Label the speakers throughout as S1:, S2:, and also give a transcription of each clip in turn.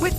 S1: With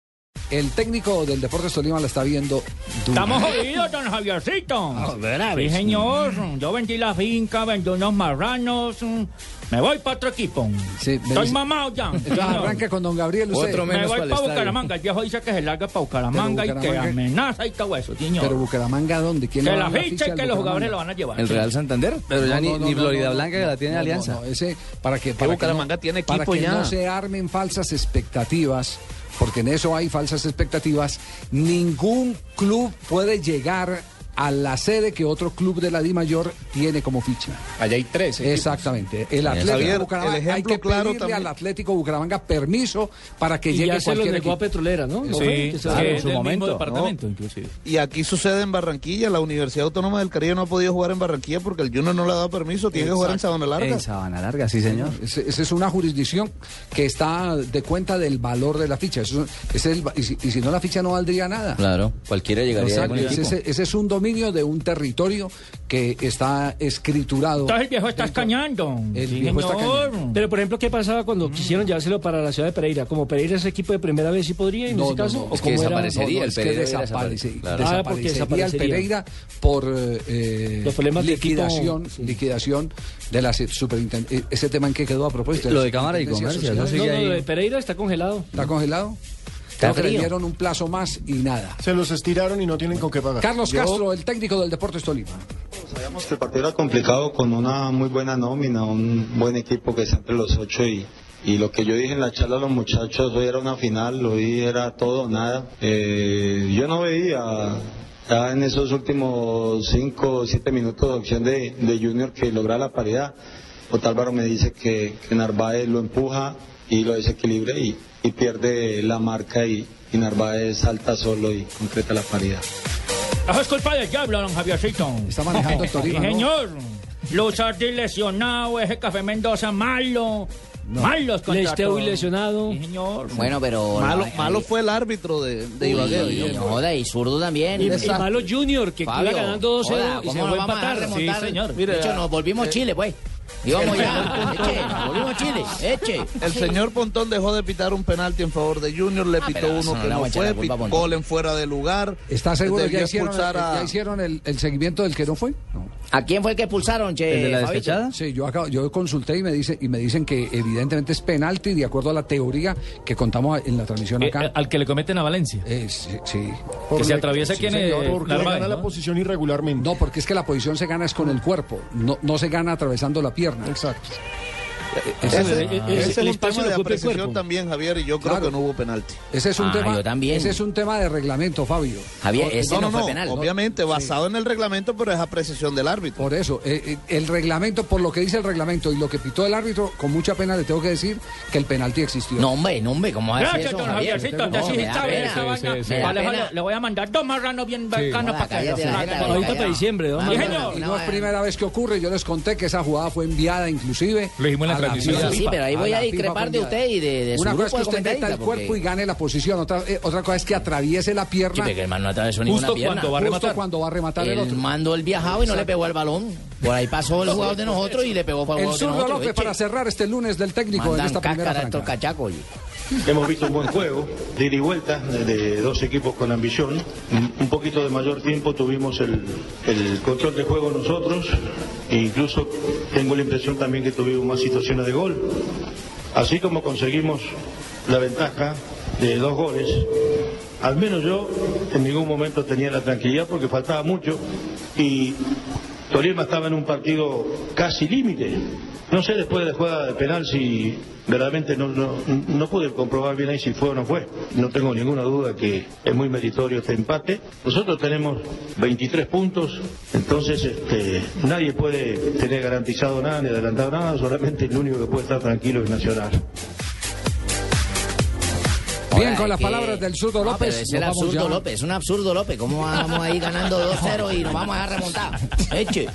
S2: El técnico del Deportes Tolima la está viendo dura.
S3: Estamos jodidos, don Javiercito. Sí, señor. Yo vendí la finca, vendí unos marranos. Me voy para otro equipo.
S2: Sí, me
S3: Estoy
S2: dice-
S3: mamado ya.
S2: Entonces
S3: señor.
S2: arranca con don Gabriel usted.
S4: Otro
S3: Me
S4: menos
S3: voy
S4: para el
S3: para
S4: estadio.
S3: Bucaramanga. El viejo dice que se larga para
S2: Pero
S3: Bucaramanga, y que
S2: Bucaramanga-
S3: amenaza y todo eso, señor.
S2: Pero Bucaramanga, ¿dónde? ¿Quién
S3: que
S2: le va
S3: la
S2: a dar
S3: ficha y
S2: al
S3: que los jugadores lo
S2: Bucaramanga?
S3: van a llevar.
S4: El Real Santander, pero ya
S2: No,
S4: ni,
S2: no, no,
S4: ni
S2: no,
S4: Florida
S2: no,
S4: Blanca
S2: no,
S4: que la tiene
S2: no,
S4: Alianza.
S2: no, no, ese, para que, para que
S4: Bucaramanga
S2: no,
S4: tiene
S2: para
S4: equipo
S2: que
S4: ya.
S2: no se armen falsas expectativas, porque en eso hay falsas expectativas. Ningún club puede llegar a la sede que otro club de la Di Mayor tiene como ficha.
S5: Allá hay tres. equipos.
S2: Exactamente. El Atlético
S5: Javier,
S2: Bucaramanga,
S5: el
S2: hay
S5: ejemplo
S2: que
S5: claro
S2: pedirle
S5: también.
S2: al Atlético Bucaramanga permiso para que llegue cualquier equipo.
S4: Petrolera, ¿no?
S5: Sí,
S4: que se
S5: claro,
S4: en
S5: en
S4: su
S5: el mismo
S4: momento.
S5: departamento,
S4: inclusive.
S5: Y aquí sucede en Barranquilla. La Universidad Autónoma del Caribe no ha podido jugar en Barranquilla porque el Junior no le ha dado permiso. Tiene que jugar en Sabana Larga.
S4: En Sabana Larga, sí, señor.
S2: Es- Esa es una jurisdicción que está de cuenta del valor de la ficha. Eso es el va- y, si, y si no, la ficha no valdría nada.
S4: Claro, cualquiera llegaría a
S2: Exacto.
S4: algún
S2: Ese,
S4: equipo.
S2: ese- ese es un dominio de un territorio que está escriturado.
S3: Entonces el viejo está escañando.
S2: El
S3: Sí,
S2: viejo está
S3: señor. Mm.
S6: Pero, por ejemplo, ¿qué pasaba cuando quisieron llevárselo para la ciudad de Pereira? Como Pereira es equipo de primera vez, ¿sí podría en
S2: No,
S6: ese
S2: no,
S6: caso?
S2: no,
S6: ¿O
S2: es
S4: que
S6: cómo era?
S4: desaparece. Desaparecería
S2: No, no,
S4: el
S2: es que
S4: Pereira,
S2: desaparece-
S4: desaparece, claro.
S6: Ah, porque
S2: desaparecería el
S6: desaparecería.
S2: Pereira por eh,
S6: Los problemas de equipo,
S2: liquidación,
S6: sí.
S2: liquidación de la superintendencia. Ese tema en que quedó a propósito.
S4: Lo
S2: la
S4: de Cámara y
S2: Superintendencia
S4: Comercio,
S2: Social.
S6: No,
S4: sigue
S6: no,
S4: ahí.
S6: lo de Pereira está congelado.
S2: ¿Está congelado? Creo que le dieron un plazo más y nada.
S7: Se los estiraron y no tienen con qué pagar.
S2: Carlos Castro, el técnico del Deportes Tolima.
S8: Sabíamos que el partido era complicado con una muy buena nómina, un buen equipo que está entre los ocho y, y lo que yo dije en la charla a los muchachos, hoy era una final, hoy era todo o nada. Eh, yo no veía ya en esos últimos cinco o siete minutos de opción de, de Junior que logra la paridad. Otálvaro me dice que, que Narváez lo empuja y lo desequilibra y, y pierde la marca y, y Narváez salta solo y concreta la paridad.
S3: Eso es culpa del diablo, don Javiercito.
S2: Está manejando el Tolima,
S3: Sí,
S2: ¿no?
S3: señor. Luzardi lesionado, ese Café Mendoza malo. Malos contratos.
S6: Lesteu lesionado.
S3: Sí, señor.
S9: Bueno, pero.
S5: Malo,
S9: la-
S5: malo fue el árbitro de, de
S9: Uy,
S5: Ibagué.
S9: no joda, y zurdo también.
S6: Y, y
S9: Exacto.
S6: Malo Junior, que
S9: Fabio,
S6: iba ganando 2-0
S9: joda,
S6: y se
S9: ¿cómo
S6: fue a
S9: nos vamos
S6: empatar.
S9: dejar
S6: Sí,
S9: remontar?
S6: señor.
S9: De hecho, nos volvimos
S5: eh,
S9: Chile, pues. Íbamos ya. Eche, nos volvimos Chile. Eche.
S5: El señor Pontón dejó de pitar un penalti en favor de Junior, le pitó
S9: Ah, pero eso
S5: uno
S9: no
S5: que
S9: le
S5: no
S9: vamos a echar
S5: fue,
S9: la culpa a
S5: pitó
S9: Pontón.
S5: gol en fuera de lugar.
S2: ¿Está seguro que
S5: Debió
S2: ya hicieron,
S5: expulsar a-
S2: ya hicieron el, el seguimiento del que no fue? No.
S9: ¿A quién fue el que expulsaron, che?
S4: ¿El de la
S9: Fabito?
S4: despechada?
S2: Sí, yo, acabo- yo consulté y me, dice, y me dicen que evidentemente es penalti de acuerdo a la teoría que contamos en la transmisión
S9: eh,
S2: acá.
S6: Eh, al que le cometen a Valencia.
S2: Eh, sí, sí.
S6: Que se atraviesa quién es
S7: Porque le gana la posición irregularmente.
S2: No, porque es que la posición se gana es con el cuerpo, no, no se gana atravesando la pierna.
S7: Exacto.
S5: Ese,
S6: Ah.
S5: ese
S6: El
S5: es un tema
S6: espacio lo
S5: de
S6: ocupa el
S5: apreciación
S6: cuerpo.
S5: también, Javier, y yo creo
S2: Claro.
S5: que no hubo penalti.
S2: Ese es un
S9: Ah,
S2: tema.
S9: yo también.
S2: Ese es un tema de reglamento, Fabio.
S9: Javier, ese no,
S5: no, no,
S9: fue penal.
S5: obviamente, basado en el reglamento, pero es apreciación del árbitro.
S2: Por eso, eh, eh, el reglamento, por lo que dice el reglamento y lo que pitó el árbitro, con mucha pena le tengo que decir que el penalti existió.
S9: No, hombre, no, hombre, ¿cómo hace
S3: Gracias,
S9: eso,
S3: don
S9: Javier?
S3: Javiercito. Usted
S9: No,
S3: sí
S9: me da
S3: sabe
S9: pena.
S3: esa vaina.
S9: sí. Me da
S3: Vale,
S9: pena.
S3: Le voy a mandar dos marranos bien bacanos
S9: Joda,
S3: para que
S9: cállate la jeta,
S3: los-
S6: Ahorita
S9: cállate.
S6: para diciembre, ¿no?
S9: Vamos,
S3: Sí, señor.
S2: Y
S9: no,
S2: no es
S9: eh.
S2: primera vez que ocurre, yo les conté que esa jugada fue enviada inclusive.
S6: Lo dijimos en la transmisión.
S2: a FIFA,
S9: Sí, sí, pero ahí
S2: a
S9: voy
S2: la
S9: a
S2: FIFA
S9: discrepar de
S2: fue enviada.
S9: usted y de, de su
S2: Una cosa
S9: grupo
S2: es que
S9: de
S2: usted meta
S9: comentaristas.
S2: el cuerpo y
S9: porque-
S2: gane la posición, otra, eh, otra cosa es que atraviese la
S9: Sí,
S2: pierna
S9: porque el man no atravesó ninguna
S6: Justo
S9: pierna.
S6: cuando va a
S2: justo
S6: rematar.
S2: cuando va a rematar el
S9: Él
S2: otro.
S9: mandó el viajado y no le pegó al balón. Por ahí pasó el jugador de nosotros y le pegó para el
S2: El
S9: jugador de
S2: zurdo
S9: nosotros.
S2: López
S9: eche.
S2: para cerrar este lunes del técnico en
S9: Mandan
S2: esta primera
S9: cáscara a estos
S2: franja.
S9: cachacos. oye.
S8: Hemos visto un buen juego, de ida y vuelta, de dos equipos con ambición. Un- Un poquito de mayor tiempo tuvimos el, el control de juego nosotros. E incluso tengo la impresión también que tuvimos más situaciones de gol. Así como conseguimos la ventaja de dos goles, al menos yo en ningún momento tenía la tranquilidad porque faltaba mucho y Tolima estaba en un partido casi límite. No sé después de la jugada de penal si verdaderamente no, no, no pude comprobar bien ahí si fue o no fue. No tengo ninguna duda que es muy meritorio este empate. Nosotros tenemos 23 puntos, entonces este, nadie puede tener garantizado nada ni adelantado nada, solamente el único que puede estar tranquilo es Nacional.
S2: Bien, Bien, con las palabras del zurdo
S9: No,
S2: López,
S9: pero es
S2: nos
S9: el
S2: vamos
S9: absurdo
S2: ya.
S9: López, es un absurdo López. ¿Cómo vamos a ir ganando 2-0 y nos vamos a dejar remontar? Eche.